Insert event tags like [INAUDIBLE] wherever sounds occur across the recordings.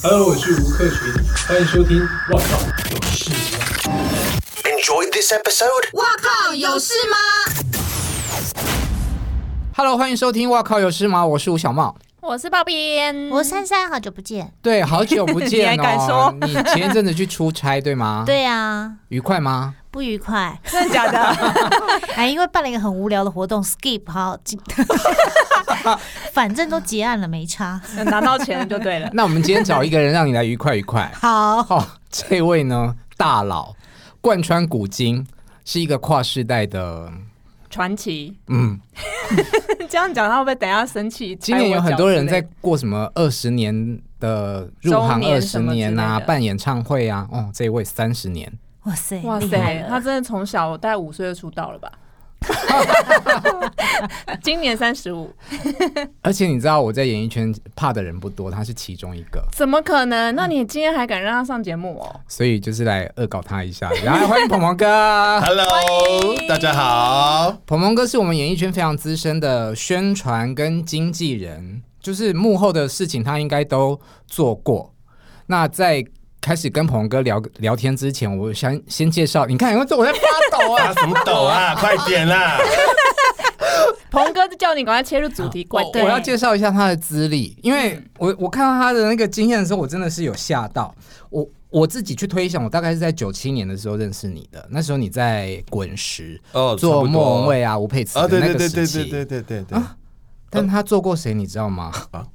Hello，我是吴克群，欢迎收听《我靠有事吗》。 Enjoyed this episode? 哇靠，有事吗？ Hello，欢迎收听《哇靠有事吗》，我是吴小茂。我是鲍边，我珊珊好久不嗯见。对，好久不见 [LAUGHS] 你还敢哦说！你前一阵子去出差对 [LAUGHS] 吗？，对啊，愉快吗？不愉快。真的假的？ [LAUGHS] 哎，因为办了一个很无聊的活动，skip 好， [LAUGHS] 记反正都结案了，没差。。[LAUGHS] 拿到钱就对了。那我们今天找一个人让你来愉快愉快 [LAUGHS] 好，好、这位呢，大佬贯穿古今，是一个跨世代的。传奇，嗯， [LAUGHS] 这样讲他会不会等一下生气？今年哎拆我有脚很多人之类在的过什么二十年的入周行二年十什么之年啊，类的办演唱会啊。哦，这位三十年，哇塞，哇厉害塞，他了！真的从小大概五岁就出道了 [LAUGHS] 吧？今年三十五，而且你知道我在演艺圈怕的人不多，他是其中一个。怎么可能？那你今天还敢让他上节目哦？所以就是来恶搞他一下。来，欢迎鹏鹏。哥 Hello，大哦家好。鹏鹏哥是我们演艺圈非常资深的宣传跟经纪人，就是幕后的事情他应该都做过。那在开始跟鹏鹏哥聊聊天之前，我想先介绍，你看，我我在发 [LAUGHS] 抖啊啊，！什么抖 [LAUGHS] 啊？快点啦！鹏哥就叫你赶快切入主题，哎快我点我要介绍一下他的资历，因为我我看到他的那个经验的时候，我真的是有吓到。我我自己去推想，我大概是在九七年的时候认识你的，那时候你在滚石哦做莫文蔚啊、吴佩慈啊，的对那对个对时对期对对对对对，哦呃但他做过谁，你知道吗？啊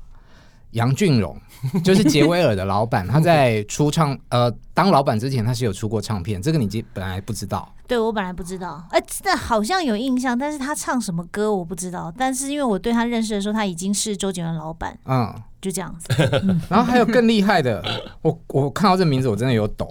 杨俊 [LAUGHS] 荣就是杰威尔的老板，他在出唱呃当老板之前，他是有出过唱片，这个你记本来不知道。对我本来不知道，哎、真的好像有印象，但是他唱什么歌我不知道。但是因为我对他认识的时候，他已经是周杰伦老板，嗯，就 [LAUGHS] 这样子。然后还有更厉害 [LAUGHS] 的，我我看到这名字我真的有抖。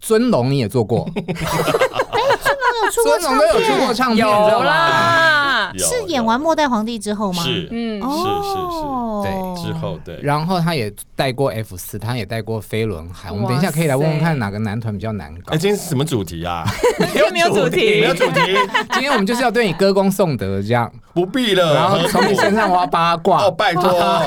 尊龙你也做 [LAUGHS] 过，他有出过尊龙唱都有出过片，唱片，你知道有吗？啦，有是演完《末代皇帝》之后吗？是嗯，哦，是有之后对，然后他也带过 F 四，他也带过飞轮海。我们等一下可以来问问看哪个男团比较难搞哎，。今天是什么主题啊？今天没有主题没有主题，哎今天我们就是要对你歌功颂德这样，不必了。然后何苦嗯从你身上挖八卦哦，。拜托， [LAUGHS]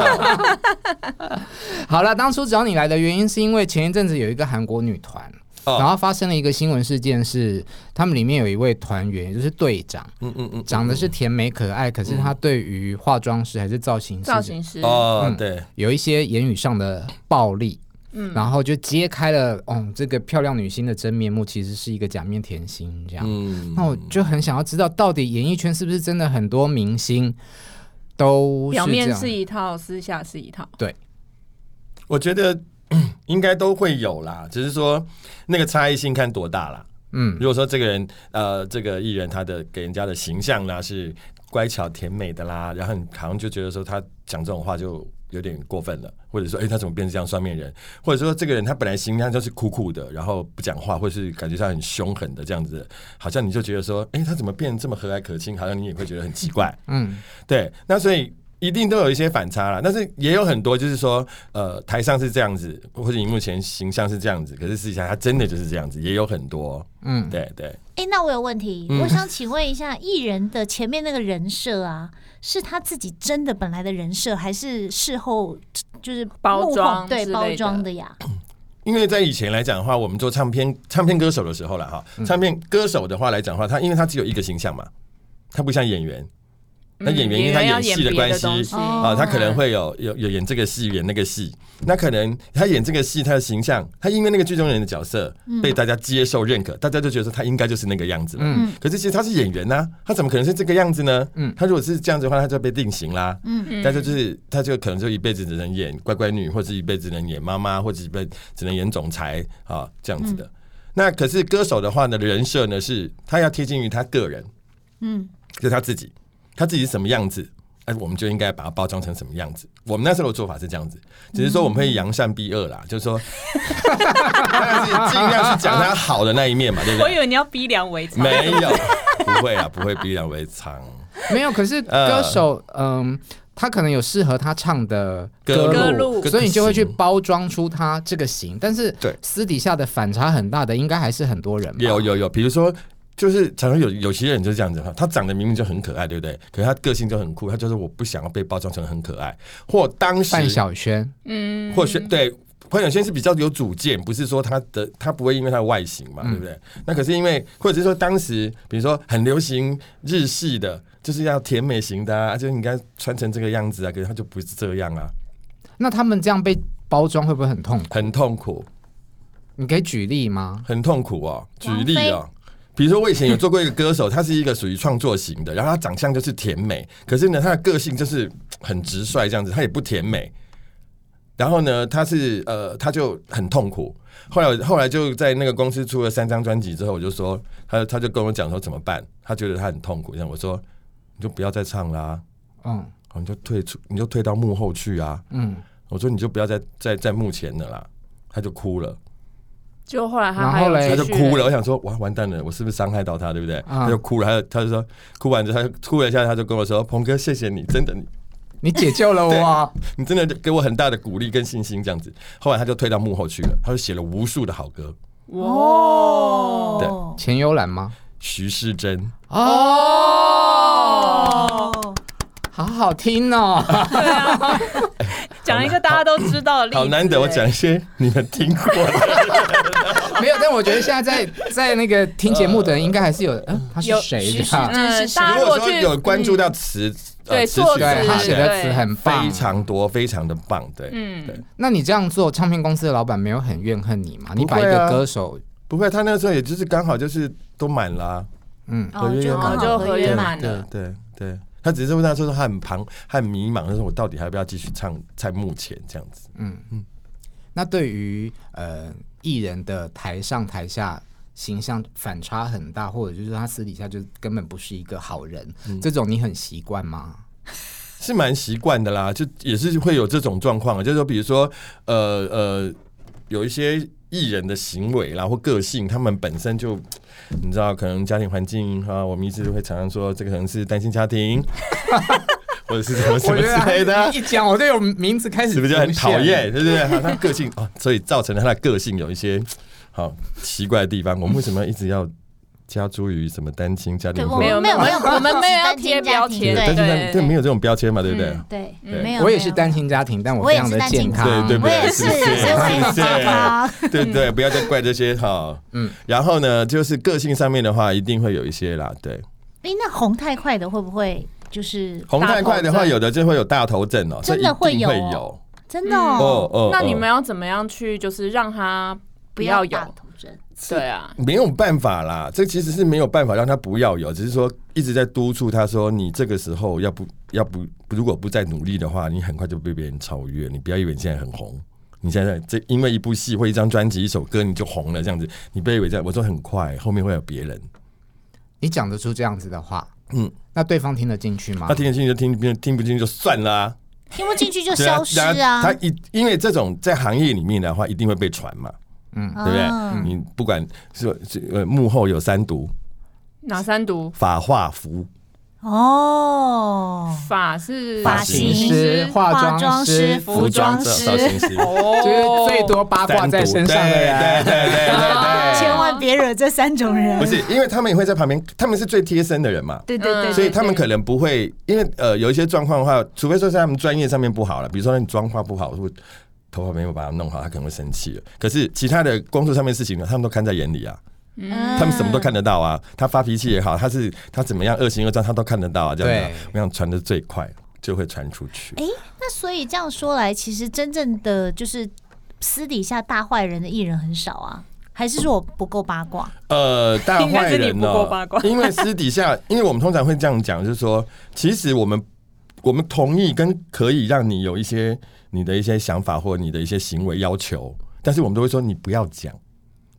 好了，当初找你来的原因是因为前一阵子有一个韩国女团。哦然后发生了一个新闻事件是，他们里面有一位团员，也就是队长，嗯嗯嗯，长得是甜美可爱，可是他对于化妆师还是造型师造型师，哦，对，有一些言语上的暴力，嗯，然后就揭开了，哦，这个漂亮女星的真面目其实是一个假面甜心这样。嗯，那我就很想要知道，到底演艺圈是不是真的很多明星都是表面这是样？一套，私下是一套，我觉得 [CLEARS THROAT] 嗯应该都会有啦，只是说那个差异性看多大啦。嗯，如果说这个人，呃，这个艺人他的给人家的形象呢是乖巧甜美的啦，然后你好像就觉得说他讲这种话就有点过分了，或者说，哎，他怎么变成这样双面人？或者说这个人他本来形象就是酷酷的，然后不讲话，或是感觉他很凶狠的这样子，好像你就觉得说，哎，他怎么变得这么和蔼可亲？好像你也会觉得很奇怪。嗯，对，那所以一定都有一些反差啦，但是也有很多就是说，呃，台上是这样子，或者荧幕前形象是这样子，可是私底下他真的就是这样子，也有很多。嗯嗯，对对。哎、那我有问题，嗯我想请问一下，艺人的前面那个人设啊，是他自己真的本来的人设，还是事后就是包幕后装对之类包的装的呀？因为在以前来讲的话，我们做唱片唱片歌手的时候了哈，唱片歌手的话来讲的话，他因为他只有一个形象嘛，他不像演员，那嗯演员因为他演要演戏演别关的系东西，哦啊，他可能会有有有演这个戏演那个戏，那可能他演这个戏他的形象，他因为那个剧中人的角色嗯被大家接受认可，大家就觉得说他应该就是那个样子了。嗯可是其实他是演员呐、他怎么可能是这个样子呢？嗯他如果是这样子的话，他就被定型啦。嗯，但是就是他就可能就一辈子只能演乖乖女，或者一辈子只能演妈妈，或者一辈子只能演总裁啊这样嗯子的。那可是歌手的话呢，人设呢是他要贴近于他个人，嗯，就是他自己，他自己是什么样子，哎，我们就应该把它包装成什么样子。我们那时候的做法是这样子，只是说我们会扬善避恶啦，就是说，当然是尽量去讲他好的那一面嘛，对不我以对？为你要逼良为娼，没有，不会啊，不会逼良为娼。没有。可是歌呃手，嗯，他可能有适合他唱的歌路，路歌所以你就会去型包装出他这个型，但是对私底下的反差很大的，应该还是很多人吧。有有有，比如说，就是常常有有些人就是这样子哈，他长得明明就很可爱，对不对？可是他个性就很酷，他就是我不想要被包装成很可爱，或当时范晓萱，嗯，或是对。彭永轩是比较有主见，不是说他的他不会因为他的外形嘛，对不对？那可是因为，或者是说当时比如说很流行日系的，就是要甜美型的啊，就应该穿成这个样子啊，可是他就不是这样啊，那他们这样被包装会不会很痛苦？很痛苦，你可以举例吗？很痛苦哦。举王例菲哦。比如说，我以前有做过一个歌手，他是一个属于创作型的，然后他长相就是甜美，可是呢，他的个性就是很直率这样子，他也不甜美，然后呢，他是呃，他就很痛苦。后来后来就在那个公司出了三张专辑之后，我就说他他就跟我讲说怎么办，他觉得他很痛苦。像我说你就不要再唱啦、嗯哦你就退出，你就退到幕后去啊。嗯，我说你就不要再再在幕前了啦。他就哭了，就后来他然还后有嘞他继就续哭了。我想说，哇，完蛋了，我是不是伤害到他，对不对？啊他就哭了，他就他就说，哭完之后，他就哭了一下，他就跟我说：“鹏哥，谢谢你，真的，你你解救了我。啊你真的给我很大的鼓励跟信心，这样子。后来他就退到幕后去了，他就写了无数的好歌，哦，哦，钱幽兰吗？徐世珍，哦，好好听哦。讲一个大家都知道的例子，好难得我哎讲一些你们听过 [LAUGHS] 的， [LAUGHS] 没有，但我觉得现在在在那个听节目的人，应该还是有，嗯、他是有谁徐的啊？嗯，是大如家如果果说去嗯有关注到词，呃对词作曲 [LAUGHS] 词对，的他话写对的词很棒。非常多，非常的棒，对，嗯对。那你这样做，唱片公司的老板没有很怨恨你吗？你把不一会啊个歌手，不会，他那个时候也就是刚好就是都满了啊、嗯，哦合约就满刚了好就合合约约满满了了。对对，他只是问他说他很彷，他很迷茫，他说我到底还要不要继续唱在幕前这样子？那对于呃艺人的台上台下形象反差很大，或者就是他私底下就根本不是一个好人，这种你很习惯吗？是蛮习惯的啦，就也是会有这种状况啊，就是说比如说呃呃，有一些艺人的行为啦或个性，他们本身就。你知道，可能家庭环境啊，我们一直会常常说，这个可能是单亲家庭， [LAUGHS] 或者是什么什么之类的。啊 [LAUGHS] 一讲我就有名字开始是不是就很出现讨厌？？对不对？好他个性哦，所以造成了他的个性有一些好奇怪的地方。我们为什么要一直要加诸于什么单亲家庭对或我没有没有没没有有，我们没有我要们是贴单亲家标庭签，对单对亲家庭对对没有这种标签嘛，对不对？嗯对，对没有，我也没是有单，亲家庭，但我非也常是的单亲健家康庭，对对不我对？也是，是啊不是所以我也很健康。对对，不要再怪这些哈。嗯，然后呢，就是个性上面的话，一定会有一些啦。对，哎，那红太快的会不会就是红太快的大头话，症有的就会有大头症哦，这真的一定会会有哦有。真的哦，哦那你们要怎么样去，就是让他不不要要有打？头针？对啊，没有办法啦，这其实是没有办法让他不要有，只是说一直在督促他说，你这个时候要不要不如果不再努力的话，你很快就被别人超越。你不要以为你现在很红，你现在这因为一部戏或一张专辑、一首歌你就红了这样子，你不要以为这样。我说很快，后面会有别人，你讲得出这样子的话，嗯嗯，那对方听得进去吗？他听得进去就听，听听不进去就算啦、听不进去就对啊消失然后啊，他一因为这种在行业里面的话，一定会被传嘛，对对不对？你不管是是呃幕后有三毒，哪三毒？法化服。哦，法是发发型型师、化化妆妆师师、服服装装师，师造型师，哦，就是最多八卦在身上的人。对对对对对千万别惹这三种人。不是，因为他们也会在旁边，他们是最贴身的人嘛。对对对，嗯所以他们可能不会，因为呃有一些状况的话，除非说是他们专业上面不好了，比如说你妆化不好，或头发没有把它弄好，他可能会生气了。可是其他的工作上面的事情呢，他们都看在眼里啊，嗯他们什么都看得到啊。他发脾气也好，他是他怎么样恶行恶状，他都看得到啊。这样子啊，对我想传的最快就会传出去。哎，那所以这样说来，其实真正的就是私底下大坏人的艺人很少啊，还是说我不够八卦？呃，大应该坏是你人不呢、够八卦因为私底 [LAUGHS] 下，因为我们通常会这样讲，就是说，其实我们我们同意跟可以让你有一些你的一些想法或你的一些行为要求，但是我们都会说你不要讲，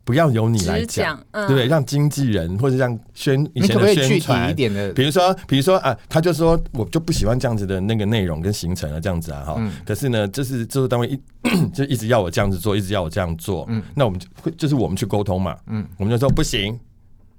不要由你来只讲讲，嗯对不对？让经纪人或者让宣以你前可不可的以具宣体一传。点的？比如说，比如说啊，他就说我就不喜欢这样子的那个内容跟行程啊，这样子啊，哈、嗯可是呢，就是制作单位一 [CLEARS THROAT] 就一直要我这样子做，一直要我这样做。嗯那我们就会就是我们去沟通嘛。嗯，我们就说不行，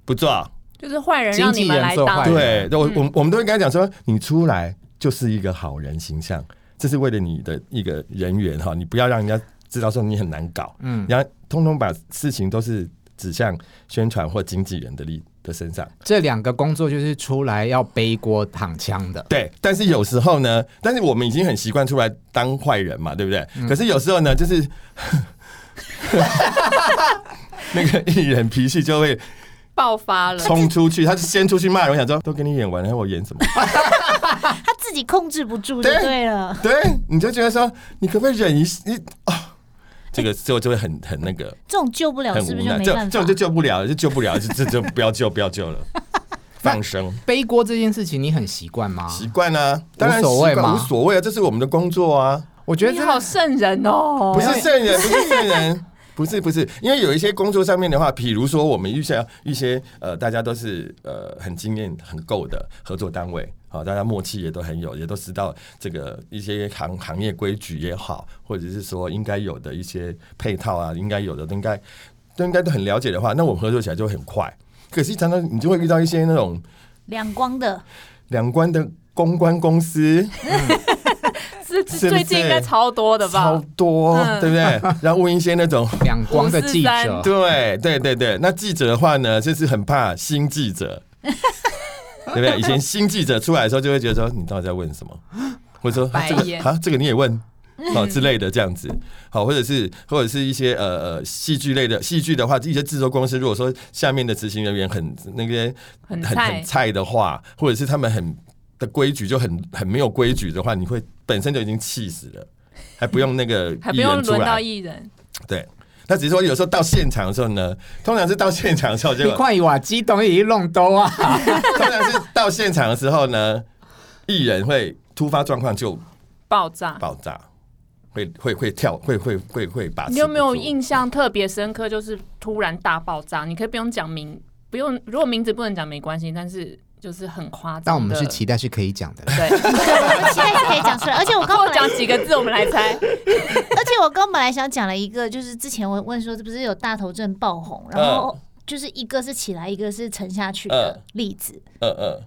不做。就是坏人让你们来当经纪人做坏人对，我我、我们都会跟他讲说，你出来就是一个好人形象，这是为了你的一个人缘哈，你不要让人家知道说你很难搞。嗯，然后通通把事情都是指向宣传或经纪人的力的身上。这两个工作就是出来要背锅躺枪的。对，但是有时候呢，但是我们已经很习惯出来当坏人嘛，对不对？嗯可是有时候呢，就是 [LAUGHS] 那个艺人脾气就会爆发了，冲出嗯去，他就先出去骂人，我想说都给你演完了，我演什么？[LAUGHS] 啊他自己控制不住就对对了。对，你就觉得说你可不可以忍一你啊？这个就就会很很那个，这种救不了，很是不无是就奈，没这办这法种就？救不了了，就救不了了，就就就不要救，不要 [LAUGHS] 救了，放生。背锅这件事情，你很习惯吗？习惯啊，当然无所谓习惯嘛无所谓啊，这是我们的工作啊，我觉得你这好圣人哦，不是圣人，不是圣人， [LAUGHS] 不是不是，因为有一些工作上面的话，比如说我们遇下一些呃，大家都是呃很经验很够的合作单位，好、大家默契也都很有，也都知道这个一些行行业规矩也好，或者是说应该有的一些配套啊，应该有的都应该都应该都很了解的话，那我们合作起来就会很快。可是常常你就会遇到一些那种两光的，两关的公关公司。是是不是最近应该超多的超吧？多，嗯对不对？然后问一些那种，两光的记者543，对对对对。那记者的话呢，就是很怕新记 [LAUGHS] 者，对不对？以前新记者出来的时候，就会觉得说你到底在问什 [LAUGHS] 么，或者说啊白这个眼啊这个你也 [LAUGHS] 问。好之类的这样子，好，或者是或者是一些呃呃戏剧类的戏剧的话，一些制作公司如果说下面的执行人员很那个很很菜很，菜的话，或者是他们很的规矩就很很没有规矩的话，你会本身就已经气死了，还不用那个 [LAUGHS] 还艺不用人出轮到来。艺人，对，那只是说有时候到现场的时候呢，通常是到现场的时候你就，快以瓦基东一弄兜啊！通常是到现场的时候呢，艺人会突发状况就爆炸。爆炸，会会会跳，会会会会把。你有没有？印象特别深刻？就是突然大爆炸，你可以不用讲名，不用如果名字不能讲没关系，但是就是很夸张的。但我们是期待是可以讲的。对， [LAUGHS] 我们期待是可以讲出来。而且我刚多本来讲几个字，我们来猜。 [LAUGHS] 而且我刚本来想讲了一个，就是之前我问说，这不是有大头症爆红，然后就是一个是起来，一个是沉下去的嗯例子。呃呃，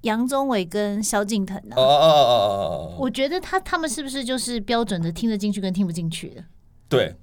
杨宗纬跟萧敬腾呢、哦哦哦哦哦哦，我觉得他他们是不是就是标准的听得进去跟听不进去的，对，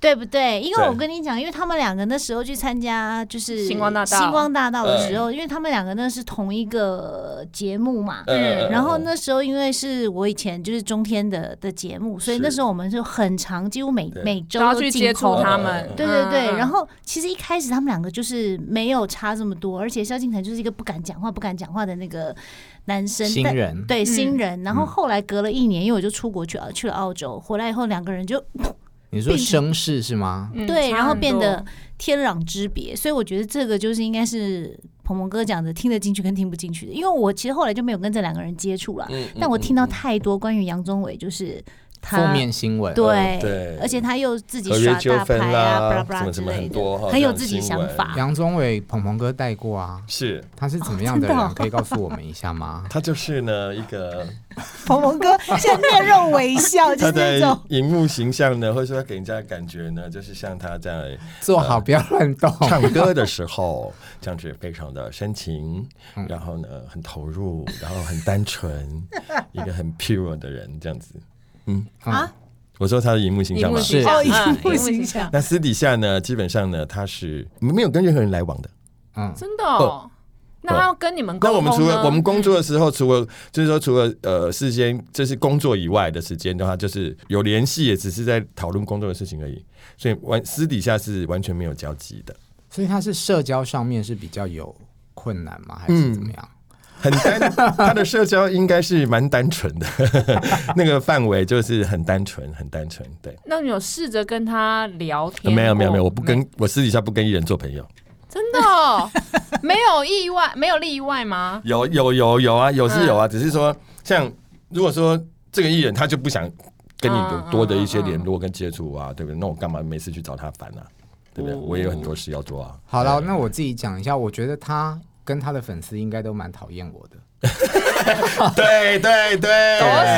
对不对？因为对我跟你讲，因为他们两个那时候去参加就是星光大道星光大道的时候，因为他们两个那是同一个节目嘛，嗯然后？那时候因为是我以前就是中天的的节目，所以是那时候我们就很长，几乎每对每周都要都去进接触口他们，对对对，嗯然后其实一开始他们两个就是没有差这么多，而且萧敬腾就是一个不敢讲话、不敢讲话的那个男生，新但人嗯对新人。然后后来隔了一年，因为我就出国去了，去了澳洲，回来以后两个人就你说并且声势是吗？嗯对，然后变得差天壤之别。所以我觉得这个就是应该是鹏鹏哥讲的，听得进去跟听不进去的。因为我其实后来就没有跟这两个人接触了，嗯但我听到太多关于杨宗纬就是他负面新闻，对、哦对而且他又自己合约耍纠大牌纷啊，巴拉啦巴，什拉么之什么类很的，多哈，很有这种自己新想闻法。杨宗纬、鹏鹏哥带过啊，嗯是。？他是怎么样的哦真的人？哦可以告诉我们一下吗他就是呢，一个鹏鹏哥现在面露微 [LAUGHS] 笑，就他是那的种荧幕形象呢，或者说他给人家的感觉呢，就是像他在做好不要乱动。哦唱歌的时 [LAUGHS] 候，这样子非常的深情，嗯然后呢很投入，然后很单 [LAUGHS] 纯，一个很 pure 的人这样子。嗯啊，我说他的荧幕形荧象幕嘛，形是象，哦嗯荧幕荧幕形形象象，那私底下呢，基本上呢，他是没有跟任何人来往的。嗯，真的哦。那他要跟你们沟那我通呢们除啊嗯了我们工作的时候，除了就是说除了呃事先就是工作以外的时间的话，就是有联系，也只是在讨论工作的事情而已，所以完私底下是完全没有交集的，所以他是社交上面是比较有困难吗？还是怎么样？很单。 [LAUGHS] 他的社交应该是蛮单纯的， [LAUGHS] 那个范围就是很单纯，很单纯。对，那你有试着跟他聊呃天？没有没有没有，我，不跟我私底下不跟艺人做朋友。真的哦没有意外，没有例外吗？有有有有啊，有嗯是有啊，只是说像如果说这个艺人他就不想跟你嗯有多的一些联络跟接触啊，对不对？那我干嘛每次去找他烦啊？对不对？嗯我也有很多事要做啊。好了，对那我自己讲一下，我觉得他跟他的粉丝应该都蛮讨厌我的。 [LAUGHS] 对 [LAUGHS] 对都是的，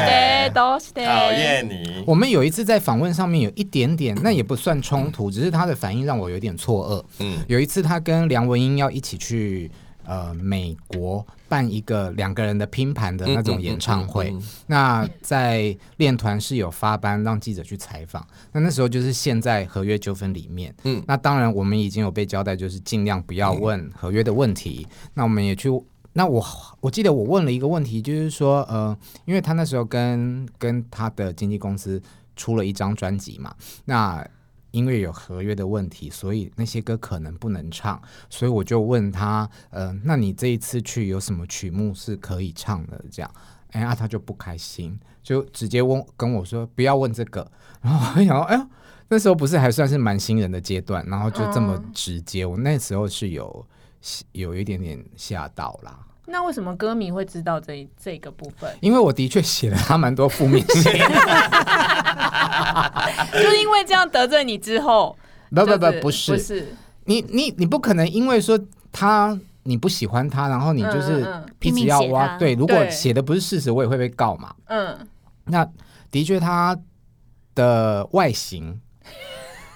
对，都是的。讨厌你。我们有一次在访问上面有一点点，那也不算冲突，只是他的反应让我有点错愕。嗯，有一次他跟梁文音要一起去呃美国办一个两个人的拼盘的那种演唱会。那在练团是有发班让记者去采访，那那时候就是陷在合约纠纷里面。嗯，那当然我们已经有被交代，就是尽量不要问合约的问题。那我们也去。那我我记得我问了一个问题，就是说，呃，因为他那时候跟跟他的经纪公司出了一张专辑嘛，那因为有合约的问题，所以那些歌可能不能唱，所以我就问他，呃，那你这一次去有什么曲目是可以唱的？这样，哎呀，啊他就不开心，就直接问跟我说不要问这个，然后我就想说，哎呦，那时候不是还算是蛮新人的阶段，然后就这嗯么直接，我那时候是有有一点点吓到啦。？那为什么歌迷会知道这一这个部分 [LAUGHS] 因为我的确写了他蛮多负面信，就是因为这样得罪你之后，呃不不就不，不是，不是，你你你不可能因为说他你不喜欢他，然后你就嗯是嗯嗯一直要拼命写挖。他对，如果对写的不是事实，我也会被告嘛。嗯，那的确，他的外 [LAUGHS] 形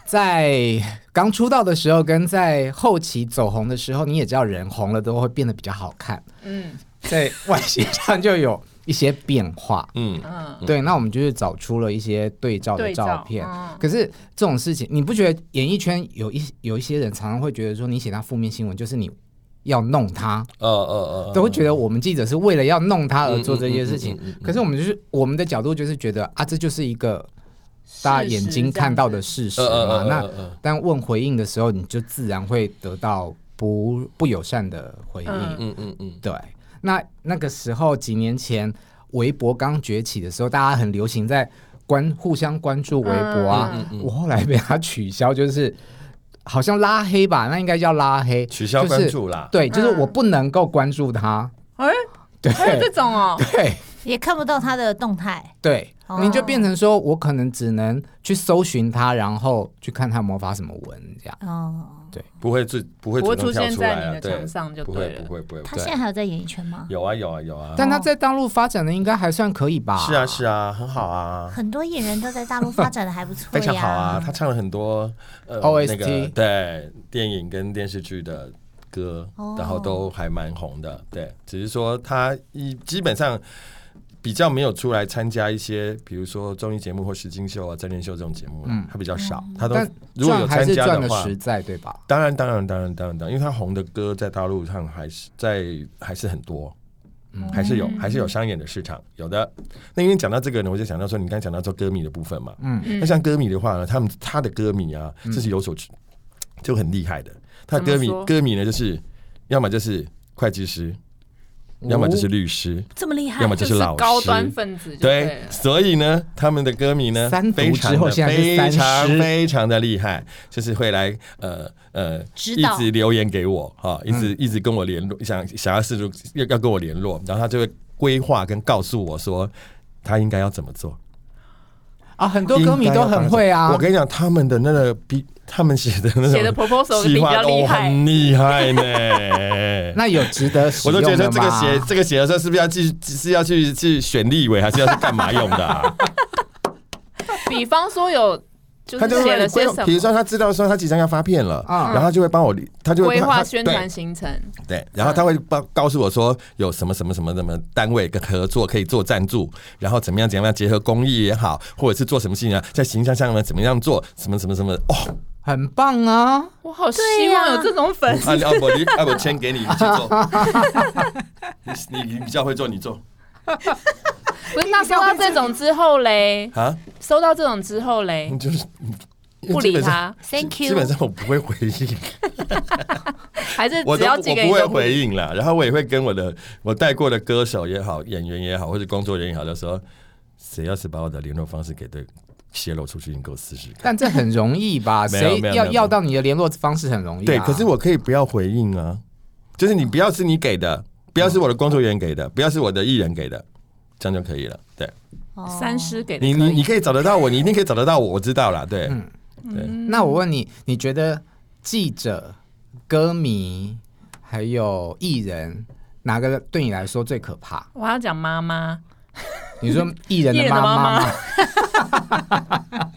在刚出道的时候，跟在后期走红的时候，你也知道，人红了都会变得比较好看。嗯，在外形上就有一些变化。嗯，对，那我们就是找出了一些对照的对照照片。嗯可是这种事情，你不觉得演艺圈有一有一些人常常会觉得说，你写他负面新闻就是你要弄他，呃呃呃，都会觉得我们记者是为了要弄他而做这些事嗯情嗯嗯嗯嗯嗯。嗯可是我们就是我们的角度就是觉得啊，这就是一个大家眼睛看到的事实呃呃嘛。呃，那呃呃但问回应的时候，你就自然会得到不不友善的回应。嗯嗯嗯嗯，对，那那个时候几年前微博刚崛起的时候，大家很流行在关互相关注微博啊。嗯我后来被他取消，就是好像拉黑吧，那应该叫拉黑，取消就是关注啊啦。对，就是嗯我不能够关注他。哎、对还有这种哦、对也看不到他的动态。对，哦你就变成说我可能只能去搜寻他，然后去看他有没有发什么文这样。哦，不会自不会不会主动出跳现出在来你啊的对墙上就不对会了不会不会，不他会现在还有在演艺圈吗？有啊有啊有啊，但他在大陆发展的应该还算可以吧？是啊是啊，很好啊，很多艺人都在大陆发展的还不错 [LAUGHS] 非呀。嗯常好啊，他唱了很多呃 OST 那个对电影跟电视剧的歌哦，然后都还蛮红的，对，只是说他一基本上。比较没有出来参加一些，比如说综艺节目或实境秀啊、真人秀这种节目，嗯他比较少。他都但如果赚有还参是加赚的的话，实在，对吧？当然，当然，当然，当然，当然，因为他红的歌在大陆上还是在还是很多，嗯，还是有还是有商演的市场，有的。那因为讲到这个呢，我就想到说，你刚才讲到做歌迷的部分嘛，嗯，那像歌迷的话呢，他们他的歌迷啊，这是有所就很厉害的，他的歌迷怎么说歌迷呢，就是要么就是会计师，要么就是律师， [LAUGHS] 这么厉害要，么就是是老师，高端分子就对对了，所以呢，他们的歌迷呢，三读非常之后的现在是非三常师非常的厉害，就是会来呃呃，指一导直留言给我哈，嗯一直、一直跟我联络，想想要试图要要跟我联络，然后他就会规划跟告诉我说。他应该要怎么做？啊，很多歌迷都很会啊。我跟你讲，他们的那个比他们写的那种写的 proposal 比计划较都厉害，很厉害呢。 [LAUGHS] 那有值得使我用都的吗觉得这个写这个写的时候是不是要去是要去去选立委还是要去干嘛用的、啊？比方说有就他就是写会了些什么，比如说他知道说他即将要发片了，啊然后他就会帮我，他就会规他划他宣传行程，对，对然后他会帮告诉我说有什么什么什么什么单位跟合作可以做赞助，然后怎么样怎么样结合公益也好，或者是做什么事情啊，在形象上呢怎么样做，什么什么什么 [LAUGHS] 哦，很棒啊！我好希对呀望有这种粉 [LAUGHS] 丝啊，要不你要不签给你你去 [LAUGHS] 做，你你你比较会做，你做不是，那收到这种之后嘞，啊，收到这种之后嘞你，就是不理，他， ，Thank 嗯基本上基本 you。上我不会回应。还 [LAUGHS] 是我只都要我寄给不你会都不回应啦，然后我也会跟我的我带过的歌手也好、演员也好，或者工作人员也好，就说谁要是把我的联络方式给对泄露出去，你给我试试看。但这很容易吧？没有谁没有要没有要到你的联络方式很容易、啊。对，可是我可以不要回应啊，就是你不要是你给的，不要是我的工作人员给嗯的，不要是我的艺人给的，这样就可以了。对哦三师给的你，可你以你可以找得到我，你一定可以找得到我，我知道啦。对，嗯对，那我问你，你觉得记者、歌迷还有艺人，哪个对你来说最可怕？我要讲妈妈，你说艺人艺的人的妈妈妈吗？妈，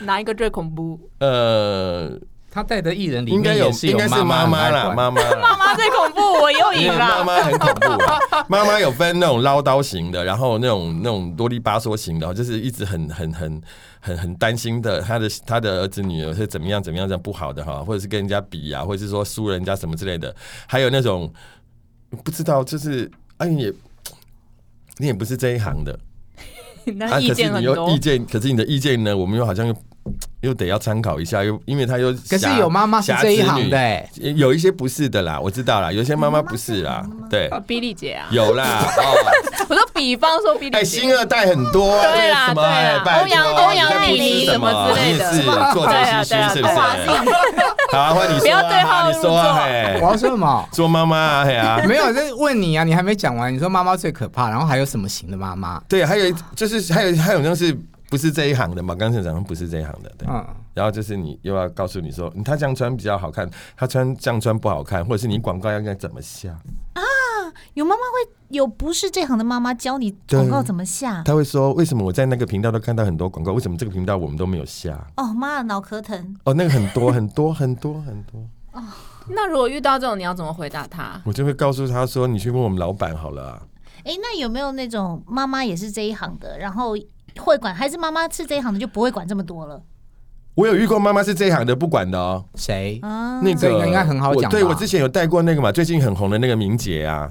哪一个最恐怖？呃，他带的艺人里应该面有也，是应该是妈妈妈很爱啦，管妈妈啦。妈妈最恐怖，[LAUGHS] 我又因赢为妈了。妈很恐怖、啊，妈妈有分那种唠叨型的，然后那种那种啰里吧嗦型的，就是一直很很很很很担心的，他的他的儿子女儿啊是怎么样怎么样这样不好的哈，或者是跟人家比啊，或者是说输人家什么之类的，还有那种不知道就是哎你也你也不是这一行的，那啊，意可是见很你又多意，见，可是你的意见呢，我们又好像又又得要参考一下，又因为他又可可是有妈妈是这一行的、欸，有一些不是的啦，我知道啦，有些妈妈不是啦，对，比利姐啊，有啦， [LAUGHS] 哦，我说比方说比利哎，姐新，二代很多啊，对啦什么对啦哎拜托欧阳你欧阳在鄙妮视妮什什么之类的你也是作者唏 [LAUGHS] 对啊嘘是不对啊是？好啊，换你不说要对啊，号你说啊，嘿我，要说什么？ [LAUGHS] 做妈妈啊，嘿啊。没有，在问你啊，你还没讲完。你说妈妈最可怕，然后还有什么型的妈妈？对，还有一就是还有还有那是不是这一行的嘛？刚才讲不是这一行的，对。嗯然后就是你又要告诉你说，嗯他这样穿比较好看，他穿这样穿不好看，或者是你广告要应该怎么下？有妈妈会有不是这行的妈妈教你对广告怎么下他会说，为什么我在那个频道都看到很多广告，为什么这个频道我们都没有下？哦，妈脑壳疼，哦，那个很多很多很多很多，那如果遇到这种，你要怎么回答他？ [LAUGHS] 我就会告诉他说，你去问我们老板好了啊。哎，那有没有那种妈妈也是这一行的，然后会管，还是妈妈是这一行的就不会管这么多了？我有遇过妈妈是这一行的，不管的哦。谁？啊，那这个个应该很好我讲对吧我之前有带过那个嘛，最近很红的那个明姐 [LAUGHS] 啊。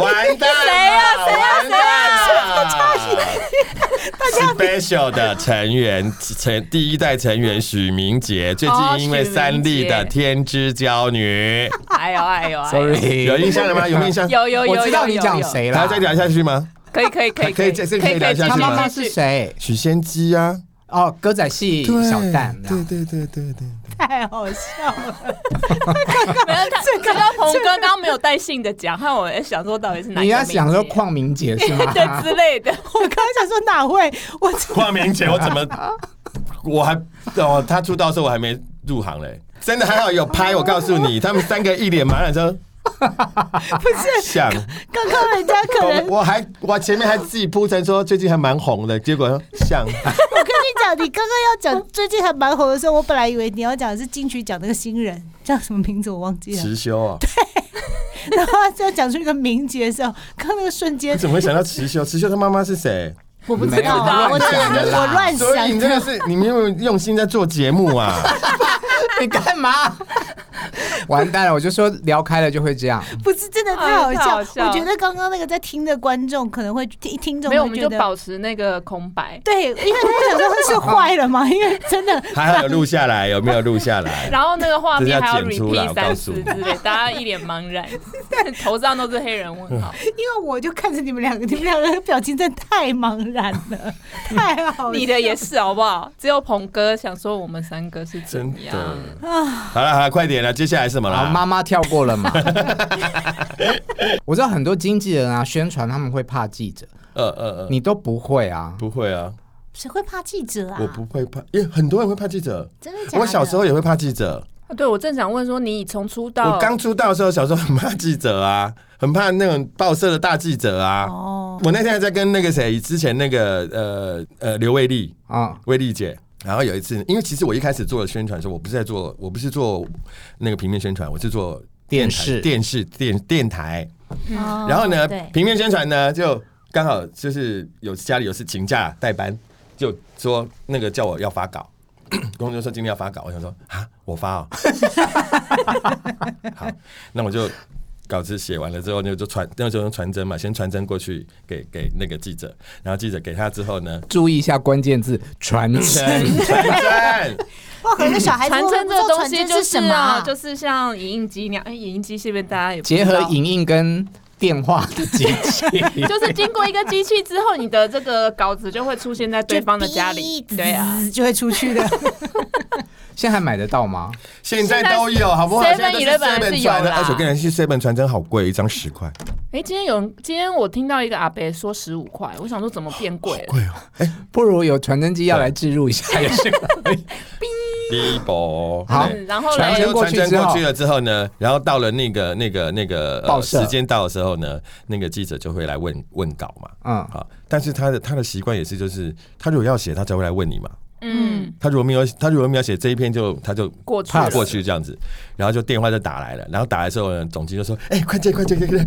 完蛋！谁呀？谁呀？谁啊呀？Special 的成员成第一代成员许哦明杰，最近因为三立的《天之娇 [LAUGHS] 女哎呦哎呦哎呦 Sorry，》有印象了吗？有印象？有有有，我知道你有讲，有谁还要啦。再聊下去吗？可以可以可以可以这这可以聊下去他继续妈妈继是续谁？许仙姬啊，哦，歌仔戏对小啊蛋。对对对对对。太好笑了，没有他，刚刚鹏哥刚刚没有带姓的讲，看我想说到底是哪一个你要名字啊想说邝明姐 [LAUGHS] 是吗？对之类的，我刚刚想说 [LAUGHS] 哪会，我 [LAUGHS] 邝明姐，我怎么我还哦，她出道的时候我还没入行嘞，真的还好有拍。我告诉你，他们三个一脸满脸说。不是想，刚刚人家可 [LAUGHS] 能，我我还我前面还自己铺陈说最近还蛮红的，结果想我跟你讲，你刚刚要讲最近还蛮红的时候，我本来以为你要讲的是金曲奖那个新人叫什么名字我忘记了，辞修啊，然后再讲出一个名节的时候，刚刚那个瞬间 [LAUGHS] 你怎么会想到辞修？辞修他妈妈是谁？我不知没有道他啊，我乱真的讲的啦我乱所以你想真的的。是你没有用心在做节目啊！ [LAUGHS] 你干嘛？ [LAUGHS] 完蛋了！我就说聊开了就会这样。不是真的太 [LAUGHS] 好啊太笑，好笑我觉得刚刚那个在听的观众可能会听听众没有，我会们觉就得保持那个空白。对，因为他想说是坏了嘛，因 [LAUGHS] 为真的还好有录下来，有没有录下来？然后那个画面这还要要剪出来 repeat 我告三诉次你之类，大家一脸茫然，头上都是黑人 [LAUGHS] 问号。因为我就看着你们两个，你们两个的表情真的太茫然了，太好了。你的也是好不好？只有鹏哥想说我们三个是怎真么样的？好了好了，快点了，接下来是什么好，啦？妈妈跳过了嘛。 [LAUGHS] 我知道很多经纪人啊，宣传他们会怕记者，呃呃呃，你都不会啊。不会啊，谁会怕记者啊？我不会怕，因为很多人会怕记者。真的假的？我小时候也会怕记者，啊对，我正想问说，你从出道我刚出道的时候，小时候很怕记者啊，很怕那种报社的大记者啊。哦，我那天还在跟那个谁，之前那个呃呃刘卫丽，啊，威丽姐。然后有一次，因为其实我一开始做的宣传的时候，我不是在做，我不是做那个平面宣传，我是做电台视电视、电电台。哦然后呢对，，平面宣传呢，就刚好就是有家里有事请假代班，就说那个叫我要发稿， [CLEARS THROAT] 工作说今天要发稿，我想说啊，我发哦， [LAUGHS] 好，那我就稿子写完了之后，那就传，那就用传真嘛，先传真过去给给那个记者，然后记者给他之后呢，注意一下关键字传传承。传真，哇，可能小孩子传会真不这知道个东传西真就是是什么啊，啊？就是像影印机那样，哎，影印机是不是大家也不知结道合影印跟电话的机 [LAUGHS] 器， [LAUGHS] 就是经过一个机器之后，你的这个稿子就会出现在对方的家 [LAUGHS] 里。就哔对啊，滋就会出去的。 [LAUGHS] 现在还买得到吗？现在都有，好不好？现在 Seven 都 Eleven 还是 seven 有啦传的，而且我跟人去 seven 传真好贵，一张十块，哎，今天有人今天我听到一个阿伯说十五块，我想说怎么变贵了？贵哦，不如有传真机要来置入 [LAUGHS] 一下也是可以。第一波好嗯，然后传嘞真真过传去真之后过去了之后呢，然后到了那个那个那个、呃报社时间到的时候呢，那个记者就会来问问稿嘛。嗯，好，但是他的他的习惯也是，就是他如果要写，他才会来问你嘛。嗯，他如果没有他如果没有写这一篇就他就过去跨了过去这样子，然后就电话就打来了，然后打来之后呢，总经就说：“哎、快接快接快接，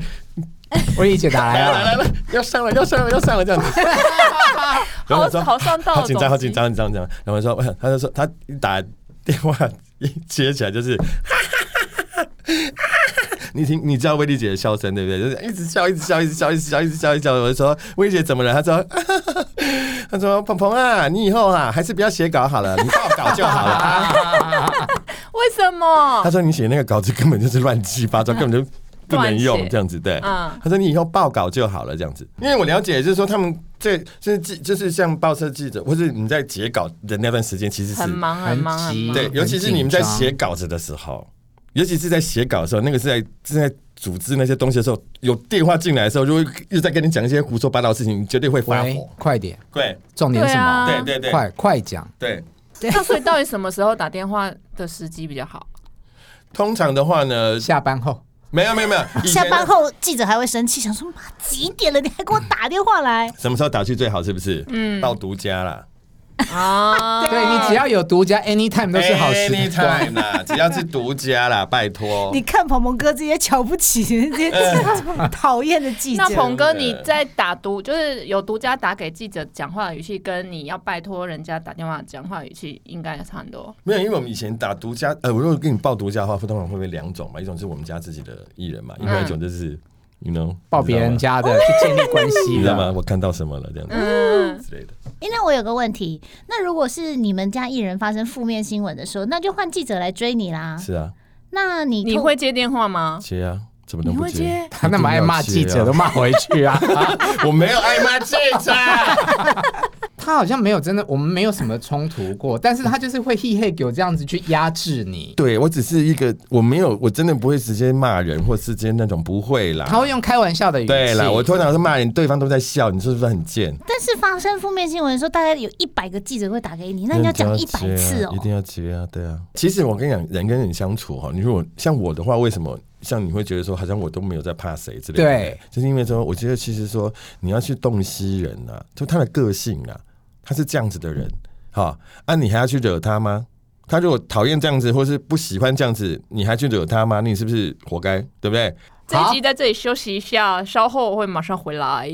魏怡姐打来 [LAUGHS] 来了啊来了，了来了，要上了要上了要上了这样子。” [LAUGHS] 然后我说好好上道，好紧张，好紧总张，好紧张，这样。然后说，哎他就说他一打电话一接起来就是， [LAUGHS] 哈哈哈哈哈哈你听，你知道威丽姐的笑声对不对？就是一直笑，一直笑，一直笑，一直笑，一直笑，一直笑。我就说威丽姐怎么了？她说， [LAUGHS] 哈哈哈她说鹏鹏啊，你以后啊还是不要写稿好了，你报稿就好了啊。集为什么她？说你写那个稿子根本就是乱七八糟，根本就。不能嗯乱用写这样子，对，嗯她说你以后报稿就好了，这样子，因为我了解，就是说他们这就是记，就是像报社记者，或是你在截稿的那段时间，其实是很忙嗯很忙很很急忙，对，很尤其是你们在紧张写稿子的时候，尤其是在写稿的时候，那个是在是在组织那些东西的时候，有电话进来的时候，如果又在跟你讲一些胡说八道的事情，你绝对会发喂火，。快点，对重点是什么？对对啊对对快快讲，对。那所以到底什么时候打电话的时机比较 [LAUGHS] 好？通常的话呢，下班后没有没有没有，以前下班后记者还会生气，想说妈几点了，你还给我打电话来？什么时候打去最好？是不是？嗯，到独家啦，啊，对你只要有独家，anytime 都是好时 Anytime 光。啦，只要是独家 [LAUGHS] 啦，拜托你。看鹏鹏哥这些瞧不起人 [LAUGHS] 家哎这些讨厌的 [LAUGHS] 记者那，鹏哥，真的你在打独就是有独家打给记者讲话的语气，跟你要拜托人家打电话讲话的语气，应该也差很多。没有，因为我们以前打独家，呃，我如果跟你报独家的话，通常会不会两种嘛？一种是我们家自己的艺人嘛，另外一种就是，you know，抱嗯别人你知道吗 [LAUGHS] 家嗯的去建立关系你知道吗？了，我看到什么了这样子、嗯，之类的。哎，那我有个问题，那如果是你们家艺人发生负面新闻的时候，那就换记者来追你啦。是啊，那你你透会接电话吗？接啊，怎么能不接？？他那么爱骂记者，都骂回去 [LAUGHS] 啊。我没有爱骂记者。他好像没有真的，我们没有什么冲突过，但是他就是会嘿嘿给我这样子去压制你， [LAUGHS] 对我只是一个，我没有，我真的不会直接骂人，或是直接那种不会他啦。会用开玩笑的语气。啊对啦，我通常是骂人，对方都在笑，你是不是很贱？但是发生负面新闻的时候，大概有一百个记者会打给你，那你要讲一百次哦一。定要接啊，对啊。其实我跟你讲，人跟人相处哈，你如果像我的话，为什么像你会觉得说，好像我都没有在怕谁之类的？对，就是因为说，我觉得其实说你要去洞悉人啊，就他的个性啊，他是这样子的人，哈，啊，你还要去惹他吗？他如果讨厌这样子，或是不喜欢这样子，你还去惹他吗？你是不是活该？对不对？这一集在这里休息一下，稍后我会马上回来。